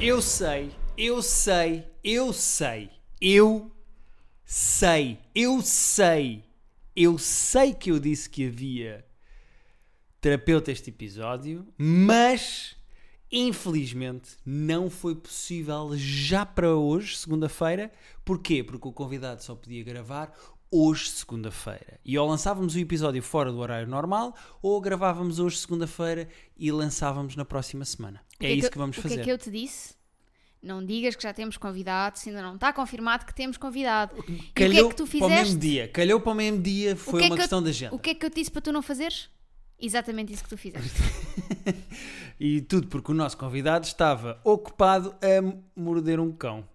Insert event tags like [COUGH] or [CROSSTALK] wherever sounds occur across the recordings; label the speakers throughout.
Speaker 1: Eu sei, eu sei, eu sei, eu sei, eu sei, eu sei que eu disse que havia terapeuta este episódio, mas infelizmente não foi possível já para hoje, segunda-feira. Porquê? Porque o convidado só podia gravar hoje, segunda-feira. E ou lançávamos o episódio fora do horário normal, ou gravávamos hoje, segunda-feira, e lançávamos na próxima semana.
Speaker 2: O
Speaker 1: É,
Speaker 2: é
Speaker 1: isso que,
Speaker 2: eu-
Speaker 1: vamos
Speaker 2: o
Speaker 1: fazer.
Speaker 2: que é que eu te disse? Não digas que já temos convidado, se ainda não está confirmado que temos convidado. e o que é que tu
Speaker 1: para o
Speaker 2: fizeste?
Speaker 1: mesmo dia. Calhou para o mesmo dia,
Speaker 2: O
Speaker 1: foi
Speaker 2: que
Speaker 1: uma
Speaker 2: é que eu-
Speaker 1: questão de agenda.
Speaker 2: O que é que eu te disse para tu não fazeres? Exatamente isso que tu fizeste. é
Speaker 1: [LAUGHS] E tudo porque o nosso convidado estava ocupado a morder um cão.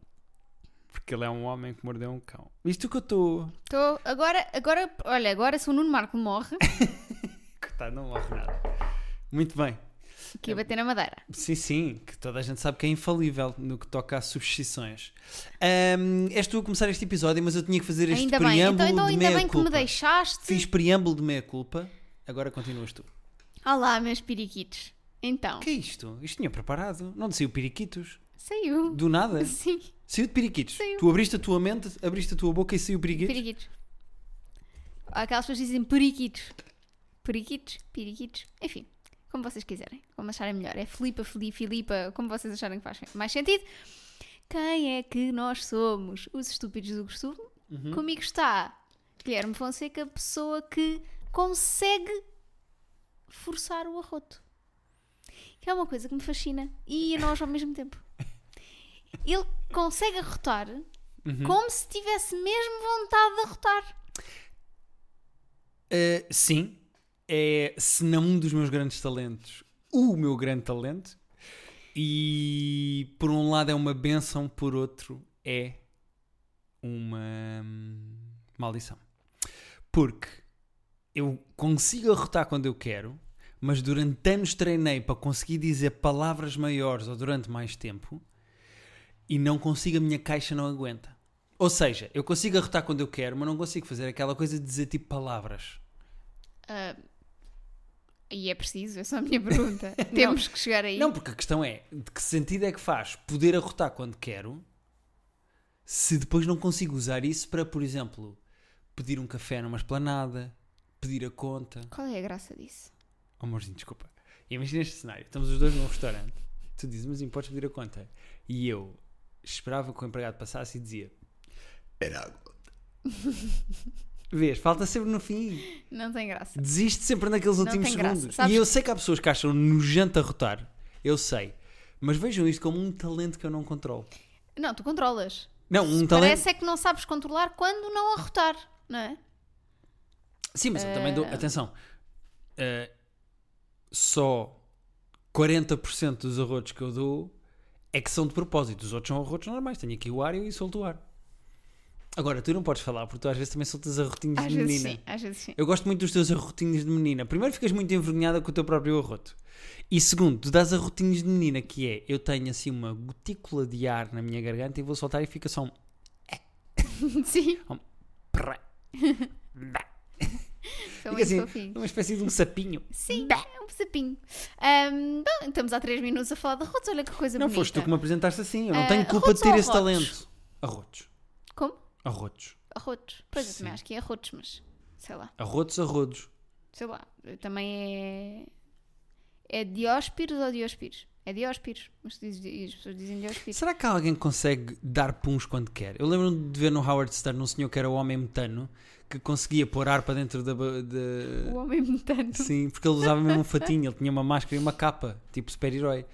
Speaker 1: Porque ele é um homem que mordeu um cão. Isto que eu estou.
Speaker 2: Estou agora, agora, olha, agora se o Nuno Marco morre,
Speaker 1: Coitado, não morre nada. tá Muito bem.
Speaker 2: que ia bater na madeira.
Speaker 1: Sim, sim, que toda a gente sabe que é infalível no que toca a substituições. Ahm, és tu a começar este episódio, mas eu tinha que fazer este
Speaker 2: Ainda bem,
Speaker 1: preâmbulo
Speaker 2: então, então
Speaker 1: de
Speaker 2: ainda
Speaker 1: meia
Speaker 2: bem que
Speaker 1: culpa.
Speaker 2: me deixaste.
Speaker 1: Fiz preâmbulo de meia culpa, agora continuas tu.
Speaker 2: Olá, meus periquitos. Então,
Speaker 1: O que é isto? Isto tinha preparado. Não te saiu periquitos? [LAUGHS]
Speaker 2: saiu.
Speaker 1: Do nada?
Speaker 2: Sim,
Speaker 1: Saiu de periquitos.
Speaker 2: Saiu.
Speaker 1: Tu abriste a tua mente, abriste a tua boca e saiu periquitos.
Speaker 2: periquitos. Há Aquelas pessoas que dizem periquitos. Periquitos, periquitos, enfim, como vocês quiserem, como acharem melhor. É Filipa, Fili, Filipa, como vocês acharem que faz mais sentido. Quem é que nós somos? Os estúpidos do costume. Comigo está Guilherme Fonseca, a pessoa que consegue forçar o arroto. Que é uma coisa que me fascina. E a nós ao mesmo tempo. Ele consegue arrotar como se tivesse mesmo vontade de arrotar.
Speaker 1: Uh, sim, é se não um dos meus grandes talentos, o meu grande talento. E por um lado é uma benção, por outro é uma hum, maldição. Porque eu consigo arrotar quando eu quero, mas durante anos treinei para conseguir dizer palavras maiores ou durante mais tempo e não consigo, a minha caixa não aguenta. Ou seja, eu consigo arrotar quando eu quero, mas não consigo fazer aquela coisa de dizer tipo palavras.
Speaker 2: E é preciso, essa é só a minha [LAUGHS] pergunta. Temos que chegar aí.
Speaker 1: Não, porque a questão é, de que sentido é que faz poder arrotar quando quero se depois não consigo usar isso para, por exemplo, pedir um café numa esplanada, pedir a conta...
Speaker 2: Qual é a graça disso?
Speaker 1: Oh, amorzinho, desculpa. Imagina este cenário. Estamos os dois num restaurante. Tu dizes, mas podes pedir a conta. E eu esperava que o empregado passasse e dizia... Era a conta. [LAUGHS] Vês, falta sempre no fim.
Speaker 2: Não tem graça.
Speaker 1: Desiste sempre naqueles últimos
Speaker 2: tem graça.
Speaker 1: segundos.
Speaker 2: Sabes-
Speaker 1: E eu sei que há pessoas que acham nojento a rotar. Eu sei. Mas vejam isto como um talento que eu não controlo.
Speaker 2: Não, tu controlas.
Speaker 1: Não, um talento...
Speaker 2: Parece é que não sabes controlar quando não arrotar, não é?
Speaker 1: Sim, mas eu também dou. Atenção. Eh, só 40% dos arrotos que eu dou é que são de propósito. Os outros são arrotos normais. Tenho aqui o ar e eu solto o ar. Agora, tu não podes falar porque tu às vezes também soltas arrotinhos
Speaker 2: Às
Speaker 1: de
Speaker 2: vezes
Speaker 1: menina.
Speaker 2: sim, às vezes sim. [LAUGHS]
Speaker 1: Eu gosto muito dos teus arrotinhos de menina. Primeiro, ficas muito envergonhada com o teu próprio arroto. E segundo, tu dás arrotinhos de menina, que é eu tenho assim uma gotícula de ar na minha garganta e vou soltar e fica só um.
Speaker 2: sim,
Speaker 1: prrá.
Speaker 2: são
Speaker 1: Fica
Speaker 2: É muito
Speaker 1: assim,
Speaker 2: fofinhos.
Speaker 1: uma espécie de um sapinho.
Speaker 2: Sim, é um sapinho. Ahm, bom, estamos há 3 minutos a falar de arrotos, olha que coisa
Speaker 1: Não
Speaker 2: bonita.
Speaker 1: foste tu que me apresentaste assim. Eu não
Speaker 2: Ah,
Speaker 1: tenho culpa de
Speaker 2: é arrotos
Speaker 1: ter
Speaker 2: ou
Speaker 1: esse
Speaker 2: arrotos?
Speaker 1: talento. Arrotos.
Speaker 2: Como?
Speaker 1: Arrotos.
Speaker 2: Arrotos. Pois eu também
Speaker 1: Sim.
Speaker 2: acho que é arrotos, mas sei lá.
Speaker 1: Arrotos, arrodos.
Speaker 2: Sei lá, também é... É Dióspiros ou Dióspiros? É Dióspiros, mas tu dizes- e as pessoas dizem Dióspiros.
Speaker 1: Será que há alguém que consegue dar puns quando quer? Eu lembro-me de ver no Howard Stern um senhor que era o homem metano que conseguia pôr ar para dentro da. ba- da-
Speaker 2: O homem é metano.
Speaker 1: Sim, porque ele usava mesmo um fatinho, ele tinha uma máscara e uma capa, tipo super-herói.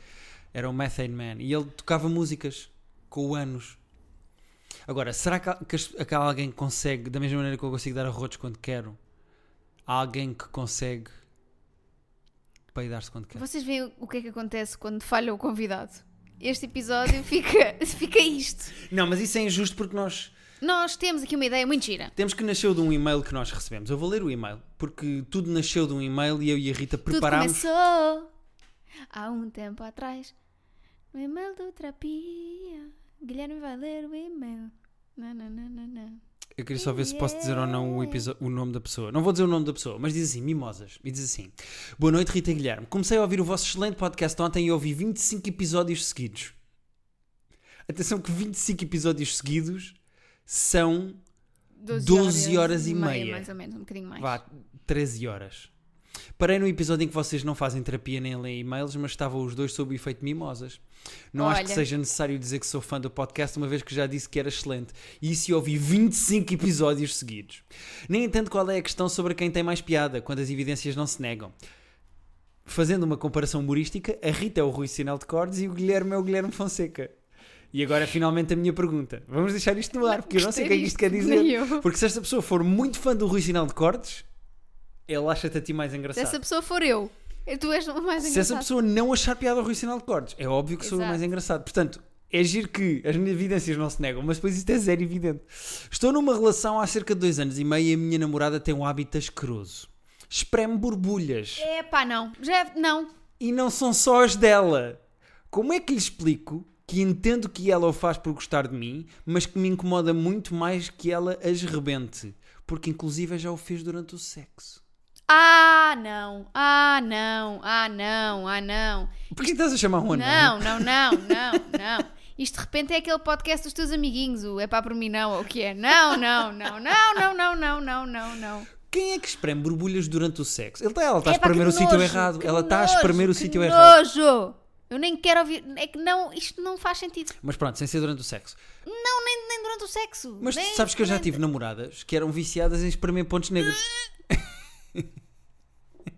Speaker 1: Era o Methane Man. E ele tocava músicas com o anos. Agora, será que há, que as- que há alguém que consegue, da mesma maneira que eu consigo dar arrotos quando quero, há alguém que consegue peidar-se quando quer?
Speaker 2: Vocês veem o que é que acontece quando falha o convidado. Este episódio [LAUGHS] fica, fica isto.
Speaker 1: Não, mas isso é injusto porque nós
Speaker 2: Nós temos aqui uma ideia muito gira.
Speaker 1: temos que nasceu de um e-mail que nós recebemos. Eu vou ler o e-mail, porque tudo nasceu de um e-mail e eu e a Rita preparámos.
Speaker 2: Tudo começou há um tempo atrás. No e-mail do Terapia. Guilherme vai ler o e-mail. Não, não, não, não, não.
Speaker 1: Eu queria só ver se posso dizer ou não o, episo- o nome da pessoa. Não vou dizer o nome da pessoa, mas diz assim, mimosas. E diz assim, boa noite Rita e Guilherme. Comecei a ouvir o vosso excelente podcast ontem e ouvi 25 episódios seguidos. Atenção que 25 episódios seguidos são
Speaker 2: 12,
Speaker 1: 12 horas e meia.
Speaker 2: Mais ou menos, um bocadinho mais.
Speaker 1: vá, 13 horas. Parei no episódio em que vocês não fazem terapia nem leem e-mails, mas estavam os dois sob o efeito mimosas. Não acho que
Speaker 2: Olha.
Speaker 1: seja necessário dizer que sou fã do podcast, uma vez que já disse que era excelente. E isso eu ouvi 25 episódios seguidos. Nem entendo qual é a questão sobre quem tem mais piada, quando as evidências não se negam. Fazendo uma comparação humorística, a Rita é o Rui Sinal de Cordes e o Guilherme é o Guilherme Fonseca. E agora, finalmente, a minha pergunta. Vamos deixar isto no ar, porque eu não sei o que é que isto quer dizer.
Speaker 2: Nem eu.
Speaker 1: Porque se esta pessoa for muito fã do Rui Sinal de Cortes, ele acha-te a ti mais
Speaker 2: Se
Speaker 1: engraçado.
Speaker 2: essa pessoa for eu, tu és o mais
Speaker 1: Se essa
Speaker 2: engraçado.
Speaker 1: pessoa não achar piada ao Rui Sinal de Cortes, é óbvio que sou o
Speaker 2: Exato.
Speaker 1: mais engraçado. Portanto, é giro que as minhas evidências não se negam, mas depois isto é zero evidente. Estou numa relação há cerca de dois anos e meio e a minha namorada tem um hábito asqueroso. Espreme borbulhas.
Speaker 2: É pá, não. Já é- não.
Speaker 1: E não são só as dela. Como é que lhe explico que entendo que ela o faz por gostar de mim, mas que me incomoda muito mais que ela as rebente? Porque inclusive já o fez durante o sexo.
Speaker 2: Ah, não. Ah, não. Ah, não. Ah, não.
Speaker 1: Porquê estás a chamar um anão?
Speaker 2: Não, não, não, não, não. Isto de repente é aquele podcast dos teus amiguinhos, o é pá por mim não, ou o que é? Não, não, não, não, não, não, não, não, não, não.
Speaker 1: Quem é que espreme borbulhas durante o sexo? Ele está, ela está Tá a
Speaker 2: Epá, que
Speaker 1: espremer o sítio
Speaker 2: nojo,
Speaker 1: errado.
Speaker 2: que
Speaker 1: Ela está a espremer o
Speaker 2: nojo, que
Speaker 1: sítio errado.
Speaker 2: Nojo! Eu nem quero ouvir. É que não, isto não faz sentido.
Speaker 1: Mas pronto, sem ser durante o sexo.
Speaker 2: Não, nem, nem durante o sexo.
Speaker 1: Mas
Speaker 2: nem,
Speaker 1: tu sabes que eu já tive namoradas que eram viciadas em espremer pontos negros. [LAUGHS]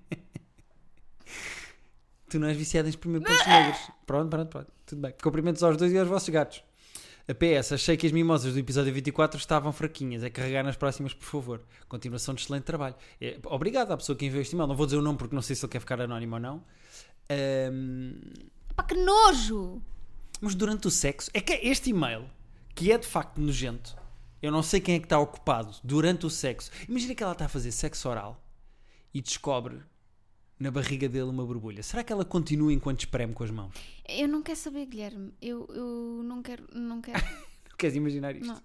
Speaker 1: tu não és viciada em espremer pontos negros. Pronto, pronto, pronto. Tudo bem. Cumprimentos aos dois e aos vossos gatos. A PS, achei que as mimosas do episódio 24 estavam fraquinhas. É carregar nas próximas, por favor. Continuação de excelente trabalho. É, obrigado à pessoa que enviou este e-mail. Não vou dizer o nome porque não sei se ele quer ficar anónimo ou não. Ahm,
Speaker 2: Pá, que nojo!
Speaker 1: mas durante o sexo, é que este e-mail, que é de facto nojento, eu não sei quem é que está ocupado durante o sexo. Imagina que ela está a fazer sexo oral e descobre na barriga dele uma borbulha. Será que ela continua enquanto espreme com as mãos?
Speaker 2: Eu não quero saber, Guilherme. Eu, eu não quero, não quero.
Speaker 1: Queres imaginar isto?
Speaker 2: Não.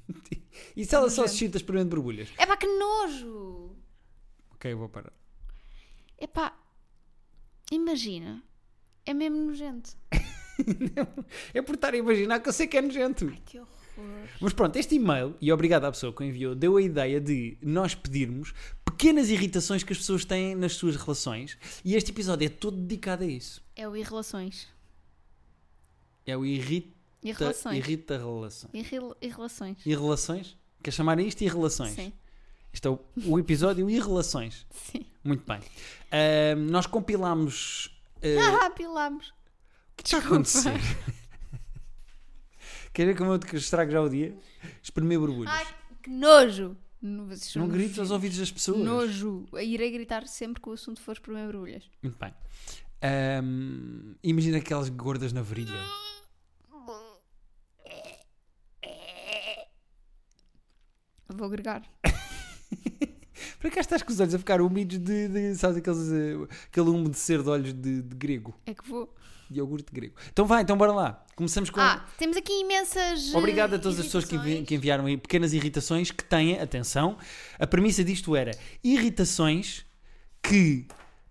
Speaker 1: [LAUGHS] e se ela só se sinta experimente borbulhas?
Speaker 2: É pá, que nojo!
Speaker 1: Ok, eu vou parar.
Speaker 2: É pá, imagina. É mesmo nojento.
Speaker 1: É por estar a imaginar que eu sei que é nojento.
Speaker 2: Que horror.
Speaker 1: Mas pronto, este e-mail, e obrigado à pessoa que o enviou, deu a ideia de nós pedirmos pequenas irritações que as pessoas têm nas suas relações, e este episódio é todo dedicado a isso.
Speaker 2: É o irrelações.
Speaker 1: Tá, É o irrita,
Speaker 2: Irrelações.
Speaker 1: irrita relações.
Speaker 2: Irrel- Irrelações.
Speaker 1: E relações? Quer chamar a isto e relações?
Speaker 2: Sim,
Speaker 1: Este é o, o episódio e relações.
Speaker 2: sim.
Speaker 1: Muito bem. Ahm, nós compilámos. ah,
Speaker 2: [LAUGHS] Ah, pilamos.
Speaker 1: o que está a acontecer? Quer ver como eu te estrago já o dia? Espremer borbulhas.
Speaker 2: Ai, que nojo! Não, vocês são
Speaker 1: Não grites
Speaker 2: nojentos.
Speaker 1: aos ouvidos das pessoas.
Speaker 2: um Nojo. Irei gritar sempre que o assunto for por mim brulhas.
Speaker 1: Muito bem. Ahm, imagina aquelas gordas na virilha.
Speaker 2: Vou agregar.
Speaker 1: Para cá estás com os olhos a ficar úmidos de, de sabes, aqueles, eh, aquele umedecer de olhos de, de grego,
Speaker 2: É que vou.
Speaker 1: de iogurte grego. Então vai, então bora lá. Começamos com.
Speaker 2: Ah, temos aqui imensas. eh,
Speaker 1: Obrigado a todas as pessoas que, envi-
Speaker 2: irritações.
Speaker 1: que enviaram aí pequenas irritações que têm, atenção, a premissa disto era irritações que.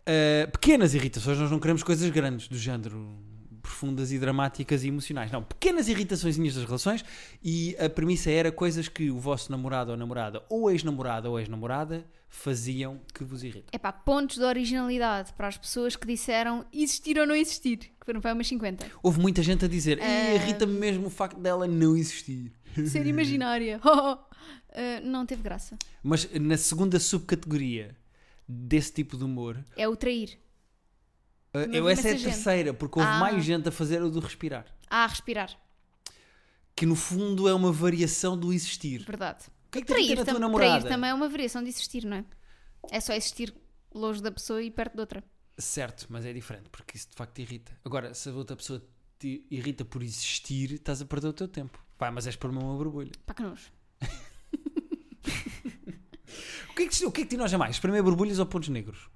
Speaker 1: eh, pequenas irritações, nós não queremos coisas grandes do género profundas e dramáticas e emocionais. Não, pequenas irritações das relações e a premissa era coisas que o vosso namorado ou namorada ou ex-namorado ou ex-namorada faziam que vos irritam.
Speaker 2: É pá, pontos de originalidade para as pessoas que disseram existir ou não existir. Que foram para umas 50.
Speaker 1: Houve muita gente a dizer, "Ih,
Speaker 2: Ah.
Speaker 1: irrita-me mesmo o facto dela não existir. [LAUGHS]
Speaker 2: Ser imaginária. [LAUGHS] Eh, não teve graça.
Speaker 1: Mas na segunda subcategoria desse tipo de humor,
Speaker 2: É o trair.
Speaker 1: Uh,
Speaker 2: Não
Speaker 1: Eu
Speaker 2: vi
Speaker 1: essa é a
Speaker 2: muita gente.
Speaker 1: terceira, porque houve
Speaker 2: Ah.
Speaker 1: mais gente a fazer o do respirar.
Speaker 2: Ah, respirar.
Speaker 1: Que no fundo é uma variação do existir.
Speaker 2: Verdade.
Speaker 1: O que é que tens que
Speaker 2: Trair,
Speaker 1: ter a tua
Speaker 2: tam-
Speaker 1: namorada?
Speaker 2: trair também é uma variação de existir, não é? É só existir longe da pessoa e perto de outra.
Speaker 1: Certo, mas é diferente, porque isso de facto te irrita. Agora, se a outra pessoa te irrita por existir, estás a perder o teu tempo. Vai, mas és por uma borbulha.
Speaker 2: Pá, que nojo.
Speaker 1: é O que é que, te- o que, é que te noja mais? Primeiro borbulhas ou pontos negros?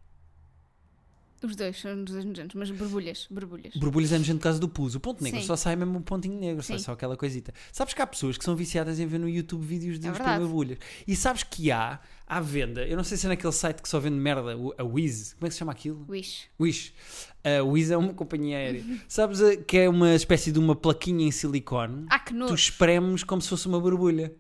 Speaker 2: Os dois são dos dois nojentos, mas borbulhas, borbulhas.
Speaker 1: Borbulhas é nojento por causa do pus. O ponto negro
Speaker 2: Sim.
Speaker 1: só sai mesmo um pontinho negro, sai
Speaker 2: Sim.
Speaker 1: só aquela coisita. Sabes que há pessoas que são viciadas em ver no YouTube vídeos de
Speaker 2: É
Speaker 1: uns
Speaker 2: verdade.
Speaker 1: borbulhas. E sabes que há, à venda, eu não sei se é naquele site que só vende merda, o- a Wiz, como é que se chama aquilo?
Speaker 2: Wish.
Speaker 1: Wish. A Wiz é uma companhia
Speaker 2: [LAUGHS]
Speaker 1: aérea. sabes eh, que é uma espécie de uma plaquinha em silicone?
Speaker 2: Ah, que
Speaker 1: Tu
Speaker 2: nojo.
Speaker 1: espremes como se fosse uma borbulha.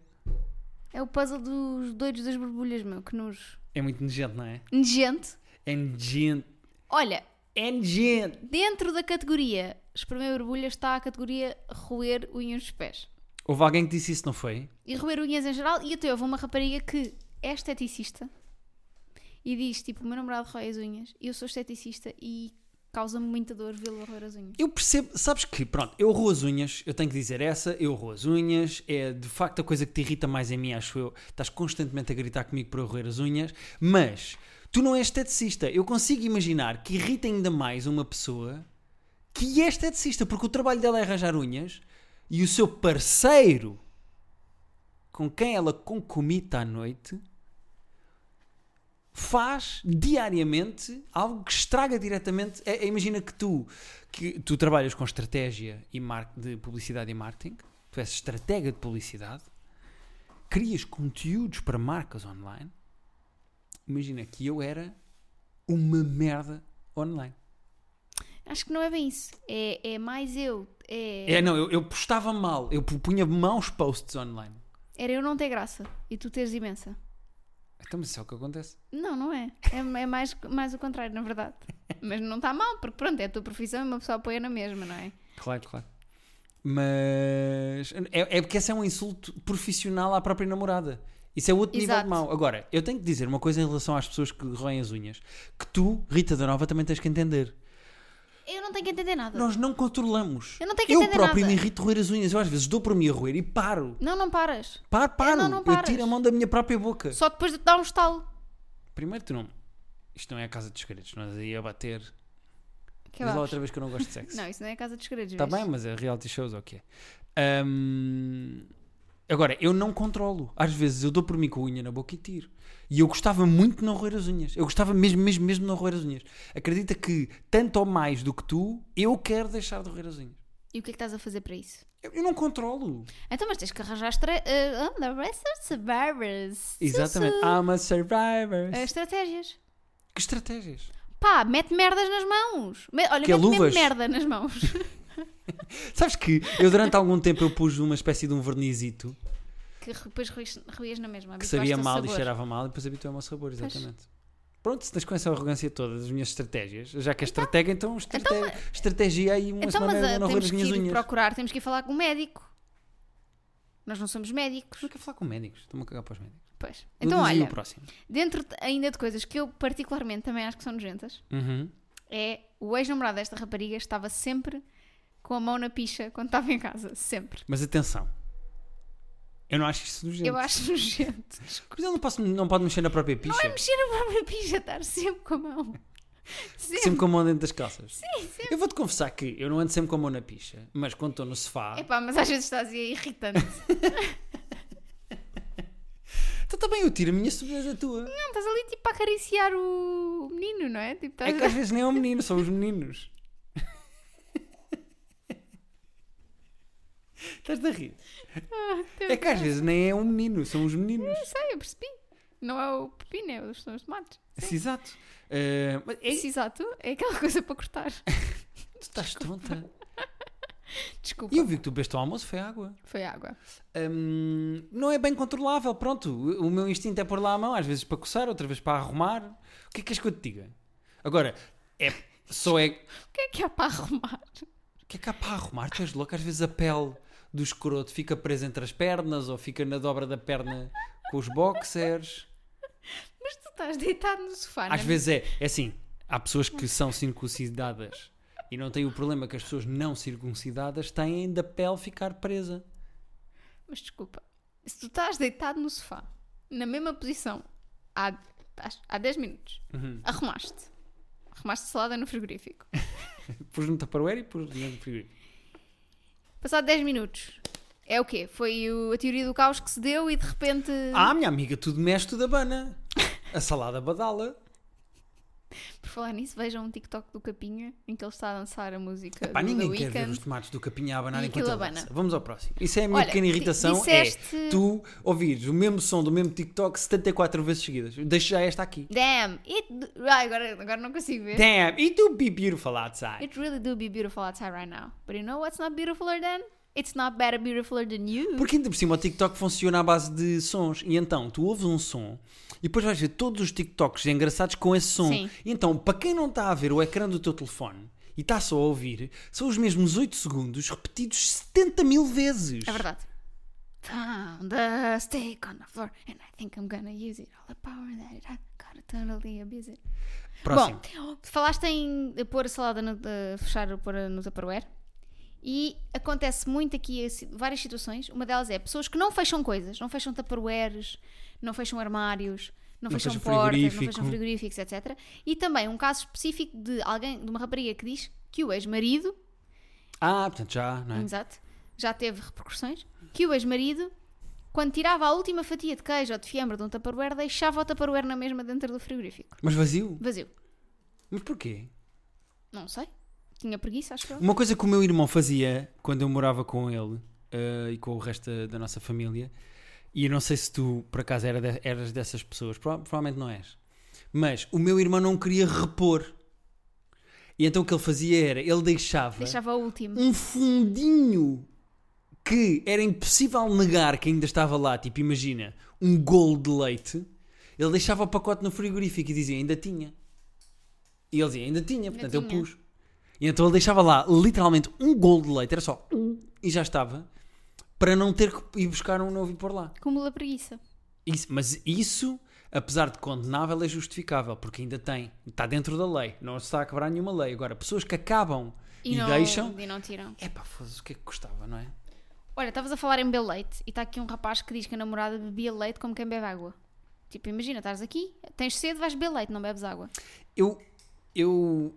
Speaker 2: É o puzzle dos doidos das borbulhas, meu, que nojo.
Speaker 1: É muito nojento, não é?
Speaker 2: Nojento.
Speaker 1: É nojento.
Speaker 2: Olha,
Speaker 1: É nojento.
Speaker 2: dentro da categoria espremer borbulhas está a categoria roer unhas dos pés.
Speaker 1: Houve alguém que disse isso, não foi?
Speaker 2: E roer unhas em geral, e até houve uma rapariga que é esteticista e diz, tipo, o meu namorado rói as unhas e eu sou esteticista e causa-me muita dor vê-lo a roer as unhas.
Speaker 1: Eu percebo, sabes que, pronto, eu roo as unhas, eu tenho que dizer essa, eu roo as unhas, é de facto a coisa que te irrita mais em mim, acho eu. Estás constantemente a gritar comigo para eu roer as unhas, mas tu não és esteticista. Eu consigo imaginar que irrita ainda mais uma pessoa que é esteticista, porque o trabalho dela é arranjar unhas e o seu parceiro com quem ela concomita à noite faz diariamente algo que estraga diretamente. É, é, imagina que tu, que tu trabalhas com estratégia e mar- de publicidade e marketing, tu és estratega de publicidade, crias conteúdos para marcas online. Imagina que eu era uma merda online.
Speaker 2: Acho que não é bem isso. É, é mais eu. É,
Speaker 1: É, não, eu, eu postava mal, eu pu- punha maus posts online.
Speaker 2: Era eu não ter graça e tu teres imensa.
Speaker 1: Então, mas isso é o que acontece.
Speaker 2: Não, não é. É, é mais, mais o contrário, na verdade. Mas não está mal, porque pronto, é a tua profissão e uma pessoa apoia na mesma, não é?
Speaker 1: Claro, claro. Mas é, é porque esse é um insulto profissional à própria namorada. Isso é outro nível
Speaker 2: Exato.
Speaker 1: de mau. Agora, eu tenho que dizer uma coisa em relação às pessoas que roem as unhas: que tu, Rita da Nova, também tens que entender.
Speaker 2: Eu não tenho que entender nada.
Speaker 1: Nós não controlamos.
Speaker 2: Eu não tenho que entender
Speaker 1: próprio me
Speaker 2: nada.
Speaker 1: irrito roer as unhas. Eu às vezes dou por mim a roer e paro.
Speaker 2: Não, não paras.
Speaker 1: Paro, paro.
Speaker 2: não, não
Speaker 1: eu
Speaker 2: paras.
Speaker 1: tiro a mão da minha própria boca.
Speaker 2: Só depois de te dar um estalo.
Speaker 1: Primeiro, tu não. Isto não é a casa dos segredos. Nós aí a bater.
Speaker 2: Que
Speaker 1: Diz lá
Speaker 2: baixo.
Speaker 1: outra vez que eu não gosto de
Speaker 2: [LAUGHS]
Speaker 1: sexo.
Speaker 2: Não, isso não é a casa dos segredos.
Speaker 1: Está
Speaker 2: vês?
Speaker 1: bem, mas é reality shows, ok. Hum, agora, eu não controlo. Às vezes eu dou por mim com a unha na boca e tiro. E eu gostava muito de não roer as unhas. Eu gostava mesmo, mesmo, mesmo de não roer as unhas. Acredita que, tanto ou mais do que tu, eu quero deixar de roer as unhas.
Speaker 2: E o que é que estás a fazer para isso?
Speaker 1: Eu, eu não controlo.
Speaker 2: Então, mas tens que arranjar estra... ah, ah, the rest of the barrels.
Speaker 1: Exatamente.
Speaker 2: Su- su-
Speaker 1: I'm a survivor.
Speaker 2: Ah, estratégias.
Speaker 1: Que estratégias?
Speaker 2: Pá, mete merdas nas mãos. Me- Olha,
Speaker 1: Que é
Speaker 2: mete mesmo
Speaker 1: luvas.
Speaker 2: merda nas mãos. [LAUGHS]
Speaker 1: Sabes que eu durante algum tempo eu pus uma espécie de um vernizito
Speaker 2: que depois ruís- ruías na mesma.
Speaker 1: que
Speaker 2: habituaste
Speaker 1: sabia
Speaker 2: ao
Speaker 1: mal e
Speaker 2: sabor.
Speaker 1: cheirava mal e depois habituei-me ao sabor,
Speaker 2: Pois.
Speaker 1: exatamente. Pronto, se tens com essa arrogância toda das minhas estratégias, já que é estratega, então, estratégia estratégia aí uma
Speaker 2: eh, Então, mas
Speaker 1: semana
Speaker 2: ah,
Speaker 1: eu não roer
Speaker 2: temos
Speaker 1: as
Speaker 2: que
Speaker 1: minhas
Speaker 2: ir
Speaker 1: unhas.
Speaker 2: procurar, temos que ir falar com o médico. Nós não somos médicos.
Speaker 1: Mas eu quero falar com médicos, estou-me a cagar para os médicos.
Speaker 2: Pois.
Speaker 1: Eu
Speaker 2: Então,
Speaker 1: dizia
Speaker 2: olha,
Speaker 1: o próximo.
Speaker 2: dentro de- ainda de coisas que eu particularmente também acho que são nojentas,
Speaker 1: Uhum.
Speaker 2: é o ex-namorado desta rapariga estava sempre com a mão na picha quando estava em casa. Sempre.
Speaker 1: Mas atenção, eu não acho isso nojento.
Speaker 2: Eu acho nojento. é
Speaker 1: Mas ele não, posso- não pode mexer na própria picha,
Speaker 2: Mexer a própria picha, estar sempre com a mão. Sempre.
Speaker 1: sempre com a mão dentro das calças. Sim, sim. Eu vou-te confessar que eu não ando sempre com a mão na picha, mas quando estou no sofá,
Speaker 2: Epá, mas às vezes estás
Speaker 1: [LAUGHS]
Speaker 2: aí irritante.
Speaker 1: então também eu tiro a minha sobrancelha da tua.
Speaker 2: Não, estás ali tipo a acariciar o menino, não é? Tipo,
Speaker 1: É
Speaker 2: estás...
Speaker 1: que às vezes nem é um menino, são os meninos. Estás a rir? É que às vezes nem é um menino, são os meninos.
Speaker 2: Não sei, eu percebi. Não é o pepino, é os, são os tomates.
Speaker 1: Sim, exato. Eh, mas é,
Speaker 2: Se exato, é aquela coisa
Speaker 1: [LAUGHS]
Speaker 2: para cortar.
Speaker 1: tu estás tonta.
Speaker 2: Desculpa.
Speaker 1: E eu vi que tu bebeste ao almoço, foi água.
Speaker 2: Foi água.
Speaker 1: Hum, não é bem controlável, pronto. O meu instinto é pôr lá a mão, às vezes para coçar, outra vez para arrumar. O que é que és que eu te diga? Agora, é, só é.
Speaker 2: O que é que há para arrumar?
Speaker 1: O que é que há para arrumar? Tu és louco? Às vezes a pele do escroto fica presa entre as pernas ou fica na dobra da perna com os boxers.
Speaker 2: Mas tu estás deitado no sofá,
Speaker 1: Às
Speaker 2: não é?
Speaker 1: vezes é, é assim. Há pessoas que são circuncidadas e não têm o problema que as pessoas não circuncidadas têm da pele ficar presa.
Speaker 2: Mas desculpa. Se tu estás deitado no sofá, na mesma posição, há, acho- há 10 minutos,
Speaker 1: Uhum.
Speaker 2: arrumaste. Arrumaste salada no frigorífico.
Speaker 1: Pus no Tupperware e pus dentro do frigorífico.
Speaker 2: Passado 10 minutos, é o quê? Foi o- a teoria do caos que se deu e de repente.
Speaker 1: Ah, minha amiga, tudo mexe, tudo abana. A salada badala.
Speaker 2: Por falar nisso, vejam um TikTok do Capinha em que ele está a dançar a música
Speaker 1: Pá,
Speaker 2: do
Speaker 1: ninguém
Speaker 2: The
Speaker 1: quer ver
Speaker 2: Weeknd.
Speaker 1: os tomates do capinha a abanar
Speaker 2: E
Speaker 1: enquanto
Speaker 2: aquilo
Speaker 1: ele
Speaker 2: abana.
Speaker 1: dança. Vamos ao próximo. Isso é a minha
Speaker 2: Olha,
Speaker 1: pequena
Speaker 2: di-
Speaker 1: irritação. É
Speaker 2: disseste-
Speaker 1: tu ouvires o mesmo som do mesmo TikTok 74 vezes seguidas. Deixo já esta aqui.
Speaker 2: Damn, it... Ah, agora, agora não consigo ver.
Speaker 1: Damn, e tu be beautiful outside.
Speaker 2: It really do be beautiful outside right now. But you know what's not beautifuler than? It's not better beautifuler than you.
Speaker 1: Porque ainda por cima o TikTok funciona à base de sons. E então tu ouves um som e depois vais ver todos os TikToks engraçados com esse som.
Speaker 2: Sim.
Speaker 1: E então, para quem não está a ver o ecrã do teu telefone e está só a ouvir, são os mesmos 8 segundos repetidos 70 mil vezes.
Speaker 2: É verdade. Found a steak on the floor and I think I'm gonna use it. All the power that it had, gotta totally abuse it.
Speaker 1: Próximo.
Speaker 2: Bom, falaste em pôr a salada, no, eh, fechar, pôr no Tupperware. E acontece muito aqui eh, si- várias situações. Uma delas é pessoas que não fecham coisas, não fecham Tupperwares, não fecham armários, não,
Speaker 1: Não
Speaker 2: fecham
Speaker 1: fecham
Speaker 2: portas, não
Speaker 1: frigorífico.
Speaker 2: fecham frigoríficos, etc. E também um caso específico de alguém, de uma rapariga que diz que o ex-marido
Speaker 1: Ah, portanto já, não é?
Speaker 2: Exato. Já teve repercussões. Que o ex-marido, quando tirava a última fatia de queijo ou de fiambre de um Tupperware, deixava o Tupperware na mesma dentro do frigorífico.
Speaker 1: Mas vazio?
Speaker 2: Vazio.
Speaker 1: Mas porquê?
Speaker 2: Não sei. Tinha preguiça, acho que eu.
Speaker 1: Uma coisa que o meu irmão fazia quando eu morava com ele eh, e com o resto da- da nossa família, e eu não sei se tu por acaso era de- eras dessas pessoas, prova- provavelmente não és, mas o meu irmão não queria repor. E então o que ele fazia era, ele deixava,
Speaker 2: Deixava o último.
Speaker 1: um fundinho que era impossível negar que ainda estava lá, tipo, imagina, um golo de leite, ele deixava o pacote no frigorífico e dizia, ainda tinha. E ele dizia, ainda tinha, portanto eu
Speaker 2: tinha.
Speaker 1: pus. E então ele deixava lá literalmente um golo de leite, era só um, e já estava, para não ter que ir buscar um novo e pôr lá.
Speaker 2: Cúmula preguiça.
Speaker 1: Isso- mas isso, apesar de condenável, é justificável, porque ainda tem, está dentro da lei, não se está a quebrar nenhuma lei. Agora, pessoas que acabam
Speaker 2: E,
Speaker 1: e,
Speaker 2: não,
Speaker 1: deixam,
Speaker 2: e não tiram.
Speaker 1: Epá, foda-se, o que é que custava, não é?
Speaker 2: Olha, estavas a falar em beber leite e está aqui um rapaz que diz que a namorada bebia leite como quem bebe água. Tipo, imagina, estás aqui, tens sede, vais beber leite, não bebes água.
Speaker 1: Eu, eu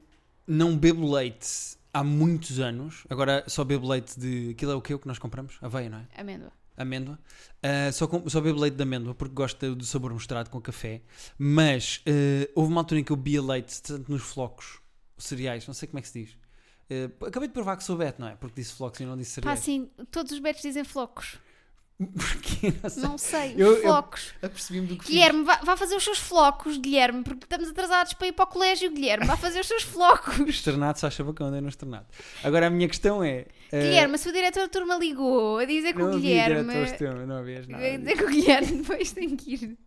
Speaker 1: não bebo leite há muitos anos. Agora só bebo leite de. Aquilo é o que, o que nós compramos? Aveia, não é?
Speaker 2: Amêndoa.
Speaker 1: Amêndoa. Ah, só, com- só bebo leite de amêndoa porque gosto do sabor mostrado com café. Mas ah, houve uma altura em que eu bebia leite tanto nos flocos, cereais, não sei como é que se diz. Ah, acabei de provar que sou beto, não é? Porque disse flocos e não disse
Speaker 2: Pá,
Speaker 1: cereais.
Speaker 2: assim, todos os betos dizem flocos.
Speaker 1: [LAUGHS] Porque não sei. é-
Speaker 2: Não sei,
Speaker 1: Eu- eu-
Speaker 2: flocos.
Speaker 1: Apercebi-me do que fiz.
Speaker 2: Guilherme, vá, vá fazer os seus flocos, Guilherme, porque estamos atrasados para ir para o colégio, Guilherme. Vá fazer os seus flocos.
Speaker 1: Externado, só achava que eu andei no externado. Agora a minha questão é. ah,
Speaker 2: Guilherme, a sua diretora de turma ligou a dizer que
Speaker 1: não
Speaker 2: o
Speaker 1: havia
Speaker 2: Guilherme.
Speaker 1: diretores de turma, não havias nada.
Speaker 2: A dizer que o Guilherme [LAUGHS] depois tem que ir.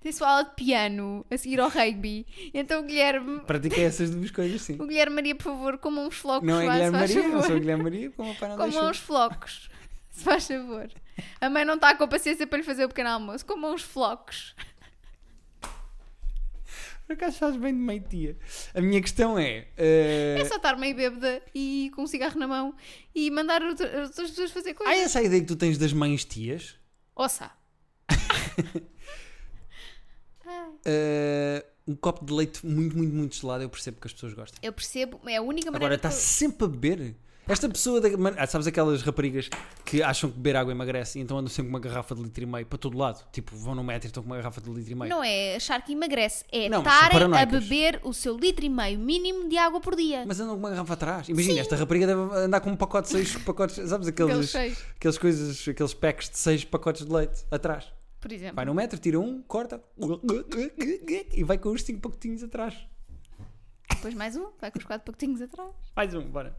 Speaker 2: Tem sua aula de piano a seguir ao rugby. Então o Guilherme.
Speaker 1: Pratiquei essas duas coisas,
Speaker 2: [LAUGHS]
Speaker 1: sim.
Speaker 2: O Guilherme Maria, por favor, coma uns flocos.
Speaker 1: Não é
Speaker 2: vá, se
Speaker 1: Guilherme
Speaker 2: faz
Speaker 1: Maria, não
Speaker 2: favor.
Speaker 1: sou Guilherme Maria, como o pai não
Speaker 2: Coma
Speaker 1: deixou.
Speaker 2: uns flocos. [LAUGHS] Se faz favor. A mãe não está com a paciência para lhe fazer o pequeno almoço. Coma uns flocos.
Speaker 1: Por acaso faz bem de meio dia. A minha questão é.
Speaker 2: É
Speaker 1: eh,
Speaker 2: só estar meio bêbada e com um cigarro na mão e mandar outra- as outras pessoas fazer coisas.
Speaker 1: Há essa ideia que tu tens das mães tias?
Speaker 2: Ouça.
Speaker 1: Eh, um copo de leite muito, muito, muito gelado, eu percebo que as pessoas gostam.
Speaker 2: Eu percebo, é a única
Speaker 1: Agora tá
Speaker 2: maneira
Speaker 1: está
Speaker 2: que eu-
Speaker 1: sempre a beber. Esta pessoa, da, man- ah, sabes aquelas raparigas que acham que beber água emagrece e então andam sempre com uma garrafa de litro e meio para todo lado? Tipo, vão no metro e estão com uma garrafa de litro e meio.
Speaker 2: Não é achar que emagrece, é
Speaker 1: Não, mas são
Speaker 2: estarem a
Speaker 1: paranoicas.
Speaker 2: beber o seu litro e meio mínimo de água por dia.
Speaker 1: Mas andam com uma garrafa atrás. Imagina, esta rapariga deve andar com um pacote de seis pacotes, sabes
Speaker 2: Pelos
Speaker 1: aqueles,
Speaker 2: seis,
Speaker 1: aqueles coisas, aqueles packs de seis pacotes de leite atrás.
Speaker 2: por exemplo.
Speaker 1: Vai no metro, tira um, corta e vai com os cinco pacotinhos atrás.
Speaker 2: Depois mais um, vai com os quatro pacotinhos atrás.
Speaker 1: Mais um, bora.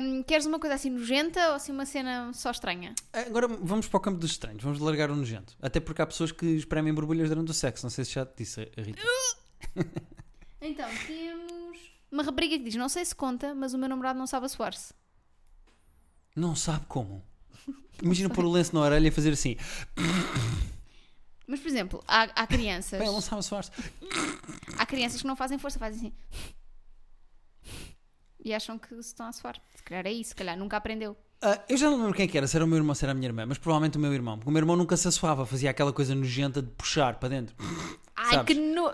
Speaker 2: Hum, queres uma coisa assim nojenta ou assim uma cena só estranha?
Speaker 1: Agora vamos para o campo dos estranhos, vamos largar o nojento. Até porque há pessoas que espremem borbulhas durante o sexo, não sei se já te disse, a Rita.
Speaker 2: Então, temos uma rapariga que diz: Não sei se conta, mas o meu namorado não sabe assoar-se.
Speaker 1: Não sabe como. Imagina pôr o lenço na orelha e fazer assim.
Speaker 2: Mas, por exemplo, há, há crianças.
Speaker 1: Bem, ele não sabe soar-se.
Speaker 2: Há crianças que não fazem força, fazem assim. E acham que se estão a suar. Se calhar é isso, se calhar nunca aprendeu.
Speaker 1: Ah, eu já não lembro quem é que era, se era o meu irmão ou se era a minha irmã, mas provavelmente o meu irmão, porque o meu irmão nunca se assoava, fazia aquela coisa nojenta de puxar para dentro. [LAUGHS]
Speaker 2: Ai,
Speaker 1: Sabes?
Speaker 2: que no...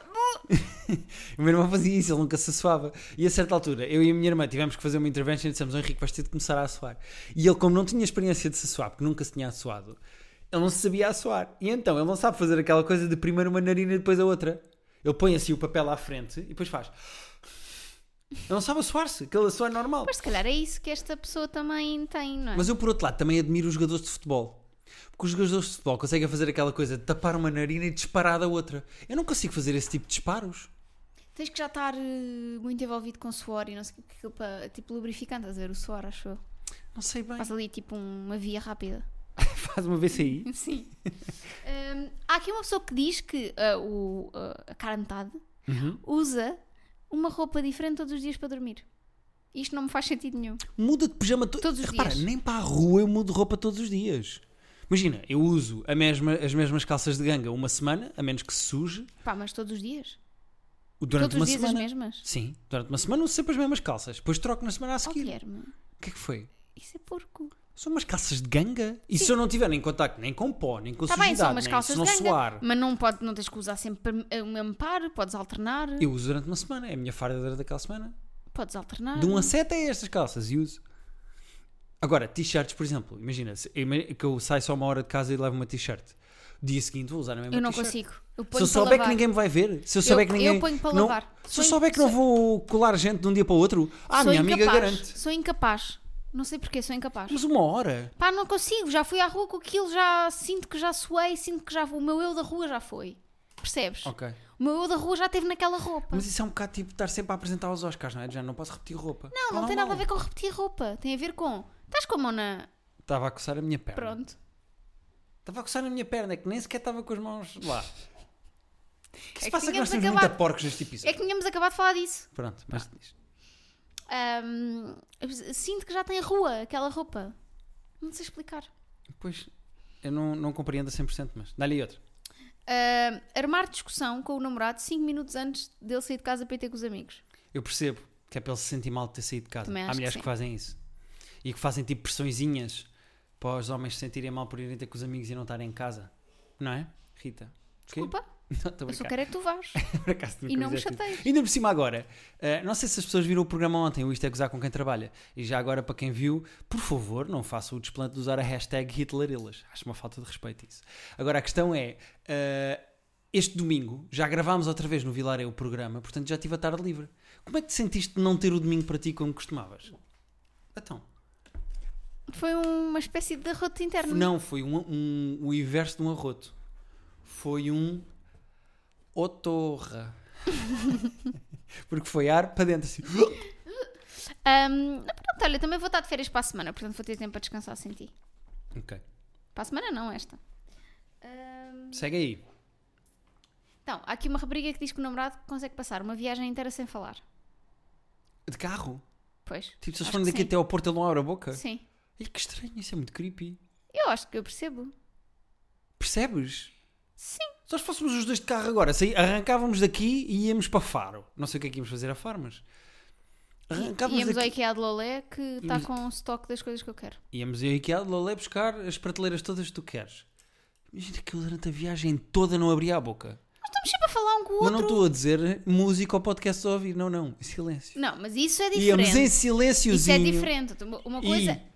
Speaker 1: O meu irmão fazia isso, ele nunca se assoava. E a certa altura, eu e a minha irmã tivemos que fazer uma intervention e dissemos: "Oh, Henrique, vais ter de começar a assoar. E ele, como não tinha experiência de se assoar, porque nunca se tinha assoado, ele não se sabia assoar. E então, ele não sabe fazer aquela coisa de primeiro uma narina e depois a outra. Ele põe assim o papel à frente e depois faz. Ele não sabe a suar-se, que ele suar normal.
Speaker 2: Mas se calhar é isso que esta pessoa também tem, não é?
Speaker 1: Mas eu, por outro lado, também admiro os jogadores de futebol. Porque os jogadores de futebol conseguem fazer aquela coisa de tapar uma narina e disparar da outra. Eu não consigo fazer esse tipo de disparos.
Speaker 2: Tens que já estar eh, muito envolvido com suor e não sei o que, aquilo para, tipo lubrificante, estás a ver o suor, acho eu.
Speaker 1: Não sei bem.
Speaker 2: Faz ali tipo um- uma
Speaker 1: [LAUGHS]
Speaker 2: via rápida.
Speaker 1: Faz uma VCI.
Speaker 2: Sim. [LAUGHS] Hum, há aqui uma pessoa que diz que ah, o, ah, a cara metade
Speaker 1: Uhum.
Speaker 2: usa uma roupa diferente todos os dias para dormir. Isto não me faz sentido nenhum.
Speaker 1: Muda de pijama to-
Speaker 2: Todos os
Speaker 1: Repara,
Speaker 2: dias.
Speaker 1: nem para a rua eu mudo de roupa todos os dias. Imagina, eu uso a mesma- as mesmas calças de ganga uma semana, a menos que se suje,
Speaker 2: Pá, mas todos os dias?
Speaker 1: durante
Speaker 2: todos
Speaker 1: uma
Speaker 2: os dias é
Speaker 1: semana.
Speaker 2: as mesmas?
Speaker 1: Sim, durante uma semana uso sempre as mesmas calças. Depois troco na semana a
Speaker 2: Oh,
Speaker 1: seguir.
Speaker 2: Guilherme,
Speaker 1: O que é que foi?
Speaker 2: isso é porco.
Speaker 1: São umas calças de ganga? E se eu não tiver em contacto nem com pó, nem com
Speaker 2: Está
Speaker 1: sujidade,
Speaker 2: Tá bem, são umas
Speaker 1: nem
Speaker 2: calças
Speaker 1: se não
Speaker 2: de ganga,
Speaker 1: suar,
Speaker 2: mas não, pode, não tens que usar sempre eh, o mesmo par, podes alternar,
Speaker 1: eu uso durante uma semana. É a minha farda durante aquela semana.
Speaker 2: podes alternar.
Speaker 1: De um a sete é estas calças e uso. Agora, t-shirts, por exemplo, imagina se- ima- que eu saio só uma hora de casa e levo uma t-shirt. Dia seguinte vou usar a mesma
Speaker 2: Eu não
Speaker 1: t-shirt.
Speaker 2: consigo. Eu
Speaker 1: Se eu
Speaker 2: ponho para
Speaker 1: souber que
Speaker 2: lavar.
Speaker 1: ninguém me vai ver, se eu souber que
Speaker 2: eu
Speaker 1: ninguém.
Speaker 2: ponho para
Speaker 1: não,
Speaker 2: lavar.
Speaker 1: Se eu
Speaker 2: Sou
Speaker 1: souber que não
Speaker 2: inca-
Speaker 1: vou colar gente de um dia para o outro, ah, minha amiga
Speaker 2: incapaz.
Speaker 1: garante.
Speaker 2: Sou incapaz. Não sei porquê, sou incapaz.
Speaker 1: Mas uma hora.
Speaker 2: Pá, não consigo. Já fui à rua com aquilo, já sinto que já suei, sinto que já o meu eu da rua já foi. Percebes?
Speaker 1: Ok.
Speaker 2: O meu eu da rua já esteve naquela roupa.
Speaker 1: Mas isso é um bocado tipo estar sempre a apresentar aos Oscars, não é? Já não posso repetir roupa. Tá
Speaker 2: não, não tem nada a ver com repetir roupa. Tem a ver com. Estás com a mão na.
Speaker 1: Estava a coçar a minha perna.
Speaker 2: Pronto.
Speaker 1: Estava a coçar a minha perna, é que nem sequer estava com as mãos lá. O que se
Speaker 2: É
Speaker 1: passa que
Speaker 2: que
Speaker 1: nós
Speaker 2: tínhamos
Speaker 1: temos
Speaker 2: acabado.
Speaker 1: muita porcos neste episódio?
Speaker 2: É que tínhamos acabado de falar disso.
Speaker 1: Pronto, mas diz.
Speaker 2: Ahm, eu sinto que já tem rua aquela roupa. Não sei explicar.
Speaker 1: Pois, eu não, não compreendo a 100%, mas dá-lhe outra.
Speaker 2: Ahm, armar discussão com o namorado 5 minutos antes dele sair de casa para ir ter com os amigos.
Speaker 1: Eu percebo que é para ele se sentir mal de ter saído de casa.
Speaker 2: Também
Speaker 1: Há
Speaker 2: acho que
Speaker 1: mulheres que,
Speaker 2: sim.
Speaker 1: fazem isso. E que fazem tipo pressõezinhas para os homens se sentirem mal por irem ter com os amigos e não estarem em casa. Não é, Rita? Quê?
Speaker 2: Desculpa,
Speaker 1: [LAUGHS] Não, estou a
Speaker 2: eu só
Speaker 1: brincar.
Speaker 2: quero é que tu vás.
Speaker 1: Por acaso, nunca
Speaker 2: E não me
Speaker 1: fizeste isso.
Speaker 2: chateies.
Speaker 1: Ainda por cima agora, eh, não sei se as pessoas viram o programa ontem, o Isto é Gozar com quem trabalha. E já agora, para quem viu, por favor, não faça o desplante de usar a hashtag Hitlerilas. Acho uma falta de respeito isso. Agora, a questão é, eh, este domingo, já gravámos outra vez no Vilar é o programa, portanto já tive a tarde livre. Como é que te sentiste de não ter o domingo para ti como costumavas? Então,
Speaker 2: Foi uma espécie de derrota interna.
Speaker 1: não, foi um, um- o inverso de um arroto. Foi um otorra. [LAUGHS] Porque foi ar para dentro assim. [GASPS]
Speaker 2: Ahm, não, pronto, olha, também vou estar de férias para a semana, portanto vou ter tempo para descansar sem ti.
Speaker 1: Ok.
Speaker 2: Para a semana não, esta. Ahm,
Speaker 1: Segue aí.
Speaker 2: então, há aqui uma rapariga que diz que o namorado consegue passar uma viagem inteira sem falar.
Speaker 1: De carro?
Speaker 2: Pois.
Speaker 1: Tipo, se eles
Speaker 2: acho
Speaker 1: forem
Speaker 2: que
Speaker 1: daqui
Speaker 2: sim.
Speaker 1: até ao Porto, ele não abre a boca?
Speaker 2: Sim.
Speaker 1: Ai, que estranho, isso é muito creepy.
Speaker 2: Eu acho que eu percebo.
Speaker 1: Percebes?
Speaker 2: Sim.
Speaker 1: Se nós fôssemos os dois de carro agora, saí- arrancávamos daqui e íamos para Faro. Não sei o que é que íamos fazer a Faro, mas. Arrancávamos
Speaker 2: Íamos ao
Speaker 1: daqui.
Speaker 2: IKEA de Lolé que está
Speaker 1: Íamos-
Speaker 2: com um estoque das coisas que eu quero.
Speaker 1: Íamos ao IKEA de Lolé buscar as prateleiras todas que tu queres. Imagina que eu durante a viagem toda não abria a boca.
Speaker 2: Nós estamos sempre a falar um com o
Speaker 1: Mas não
Speaker 2: outro.
Speaker 1: estou a dizer música ou podcast a ouvir. Não, não. Em silêncio.
Speaker 2: Não, mas isso é
Speaker 1: Íamos em
Speaker 2: diferente.
Speaker 1: silênciozinho.
Speaker 2: Isso é diferente. Uma- Uma coisa. é-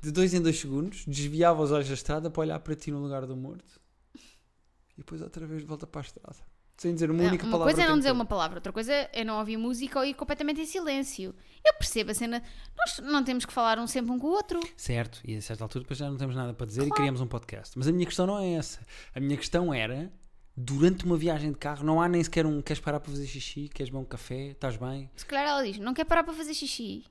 Speaker 1: E de dois em dois segundos desviava os olhos da estrada para olhar para ti no lugar do morto e depois outra vez de volta para a estrada. Sem dizer uma
Speaker 2: Não,
Speaker 1: única
Speaker 2: uma
Speaker 1: palavra.
Speaker 2: coisa é
Speaker 1: o
Speaker 2: não
Speaker 1: tempo
Speaker 2: dizer
Speaker 1: todo.
Speaker 2: uma palavra, outra coisa é não ouvir música ou ir completamente em silêncio. Eu percebo a cena. Nós não temos que falar um sempre um com o outro.
Speaker 1: Certo, e a certa altura depois já não temos nada para dizer e criamos um podcast. Mas a minha questão não é essa. A minha questão era, durante uma viagem de carro, não há nem sequer um queres parar para fazer xixi, queres beber um café, estás bem?
Speaker 2: Se calhar ela diz: não quer parar para fazer xixi.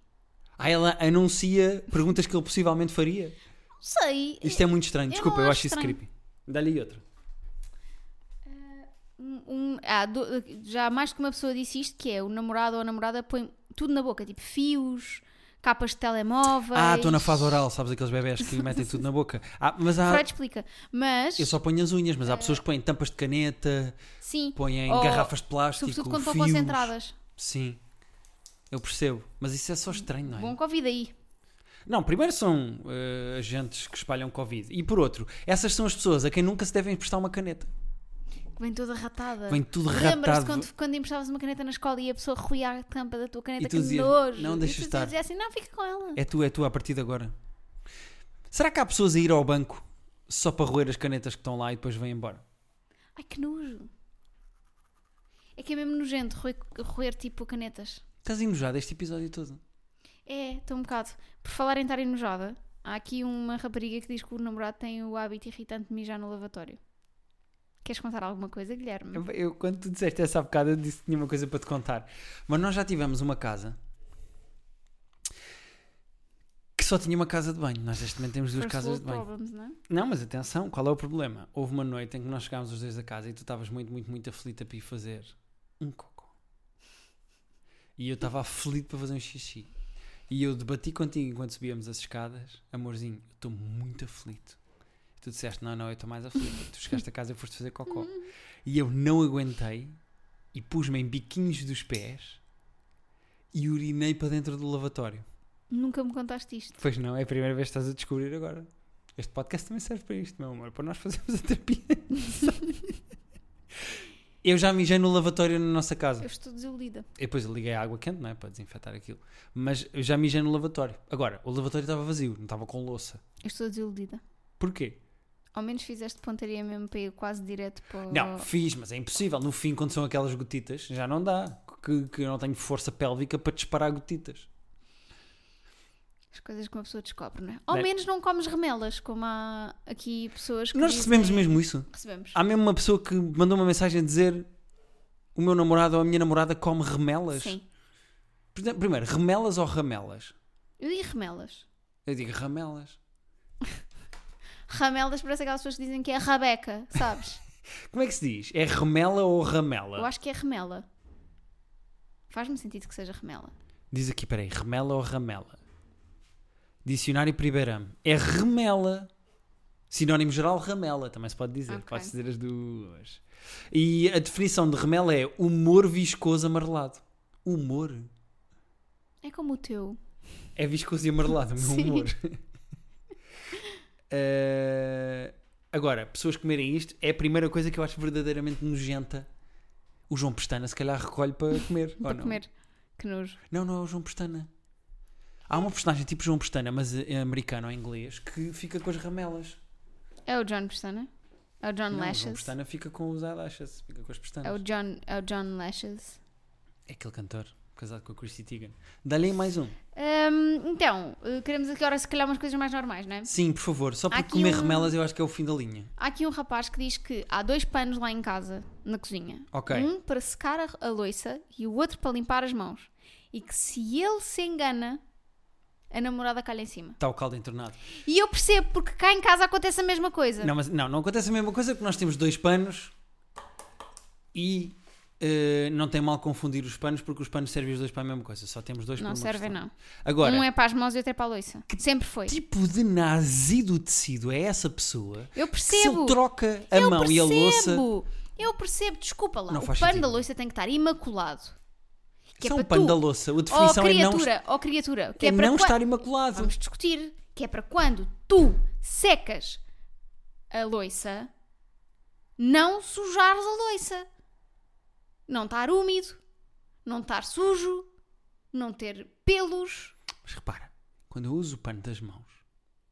Speaker 1: Aí ela anuncia perguntas que ele possivelmente faria.
Speaker 2: Não sei.
Speaker 1: Isto é muito estranho,
Speaker 2: Eu
Speaker 1: desculpa,
Speaker 2: não
Speaker 1: eu
Speaker 2: acho
Speaker 1: acho isso
Speaker 2: estranho.
Speaker 1: creepy. Dá-lhe outra.
Speaker 2: Um- um- ah, do- já mais que uma pessoa disse isto: que é o namorado ou a namorada põe tudo na boca, tipo fios, capas de telemóveis.
Speaker 1: Ah, estou na fase oral, sabes aqueles bebés que metem tudo na boca. Ah, mas há,
Speaker 2: Freud explica. Mas,
Speaker 1: Eu só ponho as unhas, mas
Speaker 2: É.
Speaker 1: há pessoas que põem tampas de caneta,
Speaker 2: sim,
Speaker 1: põem
Speaker 2: Ou,
Speaker 1: garrafas de plástico,
Speaker 2: Oh, sobretudo quando estão
Speaker 1: fios.
Speaker 2: concentradas.
Speaker 1: Sim, eu percebo. Mas isso é só estranho, não é?
Speaker 2: Hum, Bom Covid aí.
Speaker 1: Não, primeiro são eh, agentes que espalham Covid. E por outro, essas são as pessoas a quem nunca se devem emprestar uma caneta.
Speaker 2: que Vem toda ratada.
Speaker 1: Vem tudo
Speaker 2: Lembras-te
Speaker 1: ratado.
Speaker 2: quando, quando emprestavas uma caneta na escola e a pessoa roía a tampa da tua caneta
Speaker 1: E tu
Speaker 2: que
Speaker 1: dizias,
Speaker 2: nojo.
Speaker 1: "Não, deixa
Speaker 2: e tu
Speaker 1: estar."
Speaker 2: dizias assim, não, fica com ela.
Speaker 1: É tu, é tu a partir de agora. Será que há pessoas a ir ao banco só para roer as canetas que estão lá e depois vêm embora?
Speaker 2: Ai, que nojo. É É que é mesmo nojento roer, roer tipo canetas.
Speaker 1: Estás enojada este episódio todo.
Speaker 2: É, estou um bocado. Por falar em estar enojada, há aqui uma rapariga que diz que o namorado tem o hábito irritante de mijar no lavatório. Queres contar alguma coisa, Guilherme?
Speaker 1: Eu, eu- quando tu disseste essa bocada, eu disse que tinha uma coisa para te contar. Mas nós já tivemos uma casa que só tinha uma casa de banho. Nós neste momento temos duas
Speaker 2: First
Speaker 1: casas
Speaker 2: world
Speaker 1: de banho.
Speaker 2: problems, não é?
Speaker 1: Não, mas atenção, qual é o problema? Houve uma noite em que nós chegámos os dois a casa e tu estavas muito, muito, muito aflita para ir fazer um cocô. E eu estava aflito para fazer um xixi. E eu debati contigo enquanto subíamos as escadas, amorzinho, eu estou muito aflito. E tu disseste, não, não, eu estou mais aflito. tu chegaste a casa e foste fazer cocô. E eu não aguentei e pus-me em biquinhos dos pés e urinei para dentro do lavatório.
Speaker 2: Nunca me contaste isto.
Speaker 1: Pois não, é a primeira vez que estás a descobrir agora. Este podcast também serve para isto, meu amor, para nós fazermos a
Speaker 2: [LAUGHS]
Speaker 1: terapia. eu já mijei no lavatório na nossa casa.
Speaker 2: Eu estou desiludida.
Speaker 1: E depois eu liguei a água quente, não é? Para desinfetar aquilo. Mas eu já mijei no lavatório. Agora, o lavatório estava vazio, não estava com louça.
Speaker 2: Eu estou desiludida.
Speaker 1: Porquê?
Speaker 2: Ao menos fizeste pontaria mesmo para ir quase direto para o...
Speaker 1: Não, fiz, mas é impossível. No fim, quando são aquelas gotitas, já não dá. Que, que eu não tenho força pélvica para disparar gotitas.
Speaker 2: as coisas que uma pessoa descobre, não é? Ao
Speaker 1: Não é?
Speaker 2: menos não comes remelas, como há aqui pessoas que.
Speaker 1: Nós
Speaker 2: dizem-
Speaker 1: recebemos mesmo isso.
Speaker 2: Recebemos.
Speaker 1: Há mesmo uma pessoa que mandou uma mensagem a dizer o meu namorado ou a minha namorada come remelas.
Speaker 2: Sim.
Speaker 1: Por exemplo, Primeiro, remelas ou ramelas?
Speaker 2: Eu digo remelas.
Speaker 1: Eu digo ramelas.
Speaker 2: Ramelas parece aquelas pessoas que dizem que é rabeca,
Speaker 1: [LAUGHS]
Speaker 2: sabes?
Speaker 1: Como é que se diz? É remela ou
Speaker 2: Eu
Speaker 1: ramela?
Speaker 2: acho que é remela. Faz-me sentido que seja remela.
Speaker 1: Diz aqui, peraí, remela ou ramela? Dicionário Pribeirame. É remela. Sinónimo geral, ramela, também se pode dizer.
Speaker 2: Ok.
Speaker 1: Pode dizer as duas. E a definição de remela é humor viscoso amarelado. Humor?
Speaker 2: É como o teu.
Speaker 1: É viscoso e amarelado, o meu
Speaker 2: Sim.
Speaker 1: humor. [LAUGHS] Eh, agora, pessoas comerem isto é a primeira coisa que eu acho verdadeiramente nojenta. O João Pestana, se calhar, recolhe para
Speaker 2: [LAUGHS]
Speaker 1: comer. ou
Speaker 2: para
Speaker 1: não?
Speaker 2: comer. Que nojo.
Speaker 1: Não, não é o João Pestana. Há uma personagem tipo João Pestana, mas é americano ou inglês, que fica com as ramelas.
Speaker 2: É o John Pestana? É o John
Speaker 1: Não, o João
Speaker 2: Lashes?
Speaker 1: Pestana fica com os eyelashes, fica com as
Speaker 2: É o
Speaker 1: pestanas.
Speaker 2: John, é o John Lashes.
Speaker 1: É aquele cantor, casado com a Chrissy Teigen. Dá-lhe aí mais um.
Speaker 2: Hum, então, eh, queremos aqui agora se calhar umas coisas mais normais, não é?
Speaker 1: Sim, por favor, só porque
Speaker 2: aqui
Speaker 1: comer
Speaker 2: um-
Speaker 1: ramelas eu acho que é o fim da linha.
Speaker 2: Há aqui um rapaz que diz que há dois panos lá em casa, na cozinha.
Speaker 1: Ok.
Speaker 2: Um para secar a, a loiça e o outro para limpar as mãos. E que se ele se engana, a namorada calha em cima.
Speaker 1: Está o caldo entornado.
Speaker 2: E eu percebo, porque cá em casa acontece a mesma coisa.
Speaker 1: Não, mas não, não acontece a mesma coisa porque nós temos dois panos e eh, não tem mal confundir os panos porque os panos servem os dois para a mesma coisa. Só temos dois
Speaker 2: Não
Speaker 1: para uma
Speaker 2: servem,
Speaker 1: questão.
Speaker 2: não.
Speaker 1: Agora,
Speaker 2: Um é para as mãos e outro é para a loiça. Sempre foi.
Speaker 1: que tipo de nazi do tecido é essa pessoa
Speaker 2: Eu
Speaker 1: que se ele
Speaker 2: percebo.
Speaker 1: troca a
Speaker 2: eu
Speaker 1: mão
Speaker 2: percebo.
Speaker 1: e a louça.
Speaker 2: Eu percebo, desculpa lá.
Speaker 1: Não
Speaker 2: o
Speaker 1: faz
Speaker 2: pano
Speaker 1: sentido.
Speaker 2: da louça tem que estar imaculado. Que
Speaker 1: Só
Speaker 2: é
Speaker 1: o
Speaker 2: para
Speaker 1: pano
Speaker 2: tu.
Speaker 1: da louça. A
Speaker 2: Oh,
Speaker 1: definição é não,
Speaker 2: criatura, oh, criatura. Que
Speaker 1: é
Speaker 2: é, para
Speaker 1: não
Speaker 2: qua-
Speaker 1: estar imaculado.
Speaker 2: Vamos discutir. Que é para quando tu secas a loiça, não sujares a loiça. Não estar úmido, não estar sujo, não ter pelos.
Speaker 1: Mas repara, quando eu uso o pano das mãos,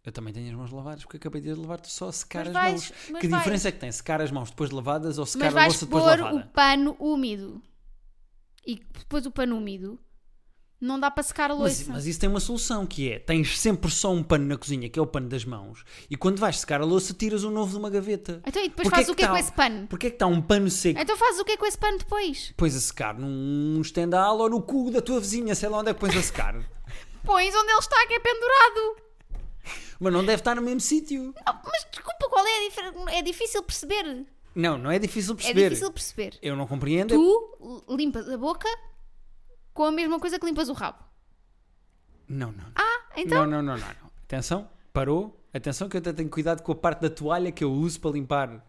Speaker 1: eu também tenho as mãos lavadas porque acabei de as lavar, tu só a secar
Speaker 2: Mas
Speaker 1: as
Speaker 2: vais,
Speaker 1: mãos.
Speaker 2: mas
Speaker 1: Que
Speaker 2: vais.
Speaker 1: diferença é que tem secar as mãos depois de lavadas ou secar
Speaker 2: Mas
Speaker 1: a
Speaker 2: vais
Speaker 1: louça depois
Speaker 2: pôr o
Speaker 1: lavada?
Speaker 2: pano úmido. E depois o pano úmido, não dá para secar a
Speaker 1: Mas,
Speaker 2: loiça.
Speaker 1: mas isso tem uma solução que é: tens sempre só um pano na cozinha, que é o pano das mãos, e quando vais secar a louça, tiras um novo de uma gaveta.
Speaker 2: Então, e depois
Speaker 1: Porquê
Speaker 2: fazes o que é
Speaker 1: tá-
Speaker 2: com esse pano?
Speaker 1: Porquê é que está um pano seco
Speaker 2: Então fazes o que é com esse pano depois?
Speaker 1: depois a secar num estendal ou no cu da tua vizinha, sei lá onde é que pões a
Speaker 2: [LAUGHS]
Speaker 1: secar?
Speaker 2: Pões onde ele está, que é pendurado.
Speaker 1: mas não deve estar no mesmo sítio.
Speaker 2: Ah, Mas desculpa, qual é a diferença? É difícil perceber.
Speaker 1: Não, não é difícil perceber.
Speaker 2: É difícil perceber.
Speaker 1: Eu não compreendo.
Speaker 2: Tu limpas a boca com a mesma coisa que limpas o rabo.
Speaker 1: Não, não. não.
Speaker 2: Ah, então.
Speaker 1: Não, não, não, não, não. Atenção, parou. Atenção que eu até tenho cuidado com a parte da toalha que eu uso para limpar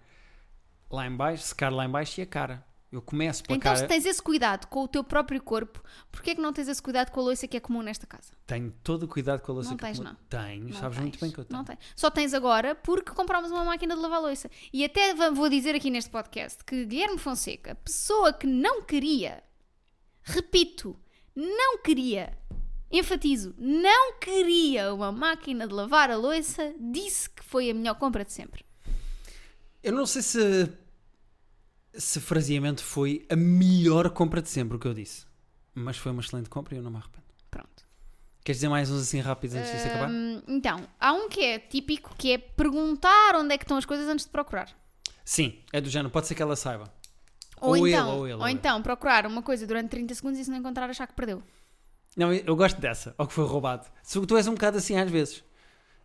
Speaker 1: lá em baixo, secar lá em baixo e a cara. Eu começo pela
Speaker 2: Então,
Speaker 1: cara.
Speaker 2: se tens esse cuidado com o teu próprio corpo, porquê é que não tens esse cuidado com a louça que é comum nesta casa?
Speaker 1: Tenho todo o cuidado com a louça
Speaker 2: Não
Speaker 1: que eu
Speaker 2: tens,
Speaker 1: tomo.
Speaker 2: não.
Speaker 1: Tenho,
Speaker 2: Não
Speaker 1: sabes
Speaker 2: tens.
Speaker 1: muito bem que eu tenho.
Speaker 2: Não tens. Só tens agora porque comprámos uma máquina de lavar louça. E até va- vou dizer aqui neste podcast que Guilherme Fonseca, pessoa que não queria, repito, não queria, enfatizo, não queria uma máquina de lavar a louça, disse que foi a melhor compra de sempre.
Speaker 1: Eu não sei se se fraseamento foi a melhor compra de sempre, o que eu disse. Mas foi uma excelente compra e eu não me arrependo.
Speaker 2: Pronto.
Speaker 1: Queres dizer mais uns assim rápidos antes disso acabar?
Speaker 2: Hum, então, há um que é típico, que é perguntar onde é que estão as coisas antes de procurar.
Speaker 1: Sim, é do género. Pode ser que ela saiba.
Speaker 2: Ou,
Speaker 1: Ou ele,
Speaker 2: então,
Speaker 1: ou ele, ou ele.
Speaker 2: então procurar uma coisa durante 30 segundos e se não encontrar achar que perdeu.
Speaker 1: Não, eu eu gosto dessa, ao que foi roubado. Se tu és um bocado assim às vezes.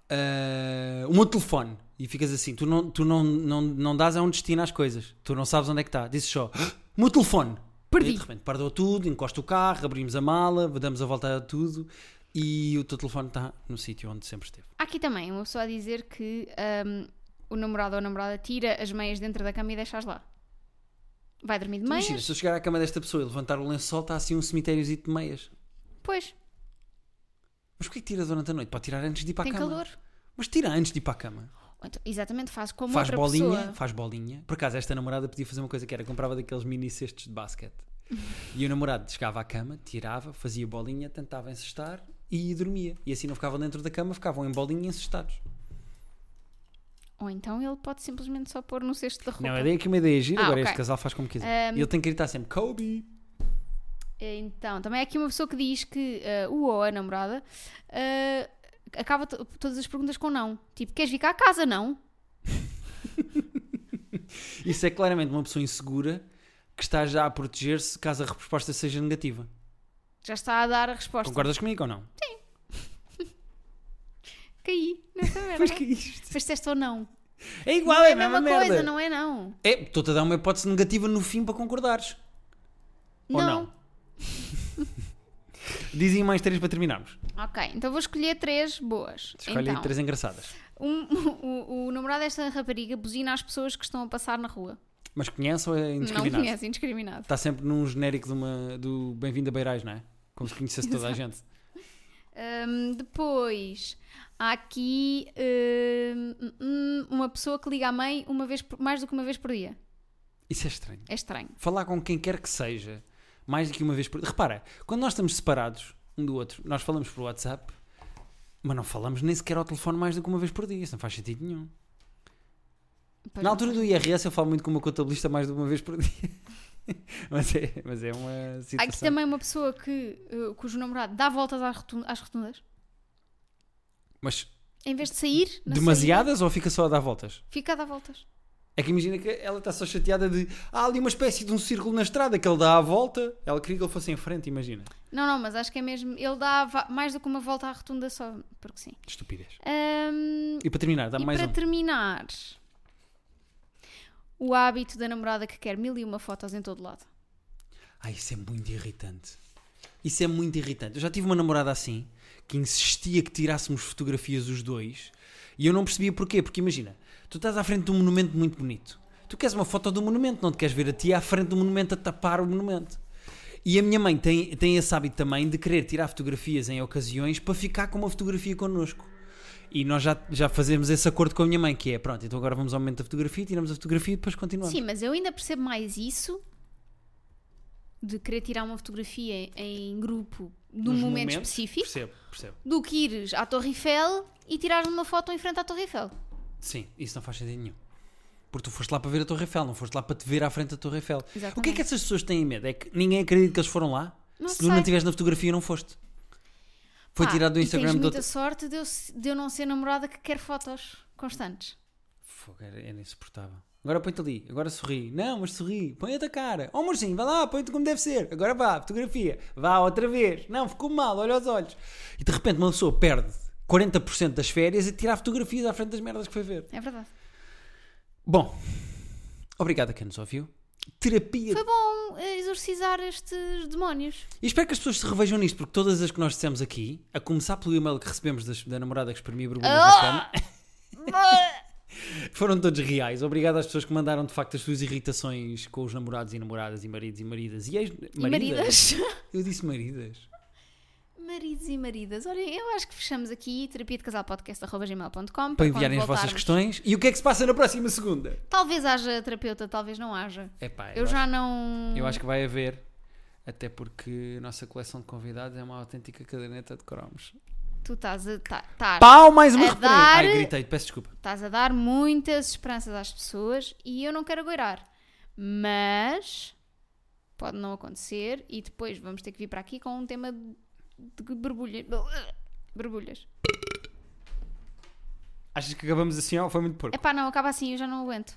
Speaker 1: Ah, o meu telefone. E ficas assim, tu, não, tu não, não, não dás a um destino às coisas. Tu não sabes onde é que está. Dizes só, "Ah, o meu telefone.
Speaker 2: Perdi.
Speaker 1: E de repente parou tudo, encosta o carro, abrimos a mala, damos a volta a tudo e o teu telefone está no sítio onde sempre esteve.
Speaker 2: Há aqui também uma pessoa a dizer que hum, o namorado ou a namorada tira as meias dentro da cama e deixas lá. Vai dormir de meias?
Speaker 1: Imagina, se eu chegar à cama desta pessoa e levantar o lençol, está assim um cemitériozinho de meias.
Speaker 2: Pois,
Speaker 1: Mas porquê que tira durante a noite? Pode tirar antes de ir para
Speaker 2: tem
Speaker 1: a cama.
Speaker 2: calor.
Speaker 1: Mas tira antes de ir para a cama.
Speaker 2: Ou então, exatamente, faz como
Speaker 1: faz
Speaker 2: outra
Speaker 1: bolinha,
Speaker 2: pessoa.
Speaker 1: faz bolinha. Por acaso, esta namorada podia fazer uma coisa que era, comprava daqueles mini cestos de
Speaker 2: [LAUGHS]
Speaker 1: basquete. e o namorado chegava à cama, tirava, fazia bolinha, tentava encestar e dormia. E assim não ficavam dentro da cama, ficavam em bolinha encestados.
Speaker 2: Ou então ele pode simplesmente só pôr no cesto da roupa.
Speaker 1: Não, a ideia é que uma ideia é gira,
Speaker 2: Ah,
Speaker 1: agora
Speaker 2: ok.
Speaker 1: este casal faz como quiser.
Speaker 2: Um,
Speaker 1: E ele tem que gritar sempre, Kobe!
Speaker 2: Então, também há aqui uma pessoa que diz que ah, o ou a namorada ah, acaba to- todas as perguntas com não. Tipo, queres vir cá à casa? Não.
Speaker 1: Isso é claramente uma pessoa insegura que está já a proteger-se caso a resposta seja negativa.
Speaker 2: Já está a dar a resposta.
Speaker 1: Concordas comigo ou não?
Speaker 2: Caí
Speaker 1: [LAUGHS]
Speaker 2: nessa merda.
Speaker 1: Mas que é isto?
Speaker 2: [LAUGHS] Mas disseste ou não.
Speaker 1: É igual,
Speaker 2: não
Speaker 1: é,
Speaker 2: é
Speaker 1: a mesma,
Speaker 2: coisa,
Speaker 1: merda.
Speaker 2: não é não.
Speaker 1: É, estou-te a dar uma hipótese negativa no fim para concordares. Ou não? Dizem mais três para terminarmos.
Speaker 2: Ok, então vou escolher três boas.
Speaker 1: Escolhe
Speaker 2: então,
Speaker 1: três engraçadas.
Speaker 2: um- [LAUGHS] o, o namorado desta rapariga buzina às pessoas que estão a passar na rua.
Speaker 1: Mas conhece ou é
Speaker 2: Não
Speaker 1: indiscriminado?
Speaker 2: conhece, indiscriminado.
Speaker 1: Está sempre num genérico de uma- do Bem-vindo a Beirais, não é? Como se conhecesse toda a gente.
Speaker 2: Hum, depois, há aqui hum, hum, uma pessoa que liga à mãe uma vez por- mais do que uma vez por dia.
Speaker 1: Isso é estranho.
Speaker 2: É estranho.
Speaker 1: Falar com quem quer que seja, mais do que uma vez por. Repara, quando nós estamos separados um do outro, nós falamos por WhatsApp, mas não falamos nem sequer ao telefone mais do que uma vez por dia. Isso não faz sentido nenhum.
Speaker 2: Pois
Speaker 1: Na
Speaker 2: não.
Speaker 1: altura do IRS, eu falo muito com uma contabilista mais de uma vez por dia. [LAUGHS] mas, é, mas é uma
Speaker 2: Há aqui
Speaker 1: situação.
Speaker 2: também uma pessoa que, eh, cujo namorado dá voltas às rotun- às rotundas.
Speaker 1: Mas
Speaker 2: Em vez de sair, na
Speaker 1: demasiadas ou fica só a dar voltas?
Speaker 2: saída, fica a dar voltas.
Speaker 1: É que imagina que ela está só chateada de. Há ali uma espécie de um círculo na estrada que ele dá à volta. Ela queria que ele fosse em frente, imagina.
Speaker 2: Não, não, mas acho que é mesmo. Ele dá va- mais do que uma volta à rotunda só, porque sim.
Speaker 1: Estupidez.
Speaker 2: Hum,
Speaker 1: E para terminar, dá
Speaker 2: e
Speaker 1: mais
Speaker 2: para
Speaker 1: um.
Speaker 2: terminar, o hábito da namorada que quer mil e uma fotos em todo lado.
Speaker 1: Ah, isso é muito irritante. Isso é muito irritante. Eu já tive uma namorada assim que insistia que tirássemos fotografias os dois e eu não percebia porquê. Porque imagina, tu estás à frente de um monumento muito bonito. Tu queres uma foto do monumento, não te queres ver a ti à frente do monumento a tapar o monumento. E a minha mãe tem, tem esse hábito também de querer tirar fotografias em ocasiões para ficar com uma fotografia connosco. E nós já, já fazemos esse acordo com a minha mãe, que é pronto, então agora vamos ao momento da fotografia, tiramos a fotografia e depois continuamos.
Speaker 2: Sim, mas eu ainda percebo mais isso de querer tirar uma fotografia em grupo de um
Speaker 1: Nos
Speaker 2: momento
Speaker 1: momentos,
Speaker 2: específico
Speaker 1: Percebo, percebo.
Speaker 2: do que ires à Torre Eiffel e tirares uma foto em frente à Torre Eiffel.
Speaker 1: Sim, isso não faz sentido nenhum. Porque tu foste lá para ver a Torre Eiffel, não foste lá para te ver à frente da Torre Eiffel. O que é
Speaker 2: Exatamente.
Speaker 1: que essas pessoas têm medo? É que ninguém acredita que eles foram lá?
Speaker 2: Não
Speaker 1: Se
Speaker 2: sei.
Speaker 1: tu não estiveres na fotografia, não foste. Foi
Speaker 2: Pá,
Speaker 1: tirado do
Speaker 2: e
Speaker 1: Instagram
Speaker 2: tens
Speaker 1: do
Speaker 2: muita
Speaker 1: outro.
Speaker 2: sorte de eu, se- de eu não ser namorada que quer fotos constantes.
Speaker 1: Fogo, era, era insuportável. Agora põe-te ali, agora sorri. Não, mas sorri, põe a tua cara. Oh, amorzinho, vai lá, põe-te como deve ser. Agora vá, fotografia. Vá outra vez. Não, ficou mal, olha aos olhos. E de repente uma pessoa perde 40% das férias a tirar fotografias à frente das merdas que foi ver.
Speaker 2: É verdade.
Speaker 1: Bom, obrigado a quem nos ouviu. Terapia
Speaker 2: Foi bom eh, exorcizar estes demónios.
Speaker 1: E espero que as pessoas se revejam nisto, porque todas as que nós dissemos aqui, a começar pelo e-mail que recebemos das- da namorada que exprimia borbulhas na cama,
Speaker 2: Oh!
Speaker 1: [LAUGHS] foram todos reais. Obrigado às pessoas que mandaram de facto as suas irritações com os namorados e namoradas e maridos e maridas e ex
Speaker 2: E maridas. [LAUGHS]
Speaker 1: Eu disse maridas.
Speaker 2: Maridos e maridas. Olhem, eu acho que fechamos aqui terapia de casal podcast.gmail.com
Speaker 1: Para enviarem as vossas questões. E o que é que se passa na próxima segunda?
Speaker 2: Talvez haja terapeuta, talvez não haja.
Speaker 1: Epá,
Speaker 2: Eu já não.
Speaker 1: acho, eu acho que vai haver, até porque a nossa coleção de convidados é uma autêntica caderneta de cromos.
Speaker 2: Tu estás a, tá- estás-
Speaker 1: Pau, mais uma
Speaker 2: A
Speaker 1: referência.
Speaker 2: dar-
Speaker 1: Ai, gritei, peço desculpa.
Speaker 2: estás a dar muitas esperanças às pessoas e eu não quero agoirar. Mas pode não acontecer e depois vamos ter que vir para aqui com um tema de borbulhas. Borbulhas.
Speaker 1: Achas que acabamos assim ou foi muito porco?
Speaker 2: Epá, não, acaba assim, eu já não aguento.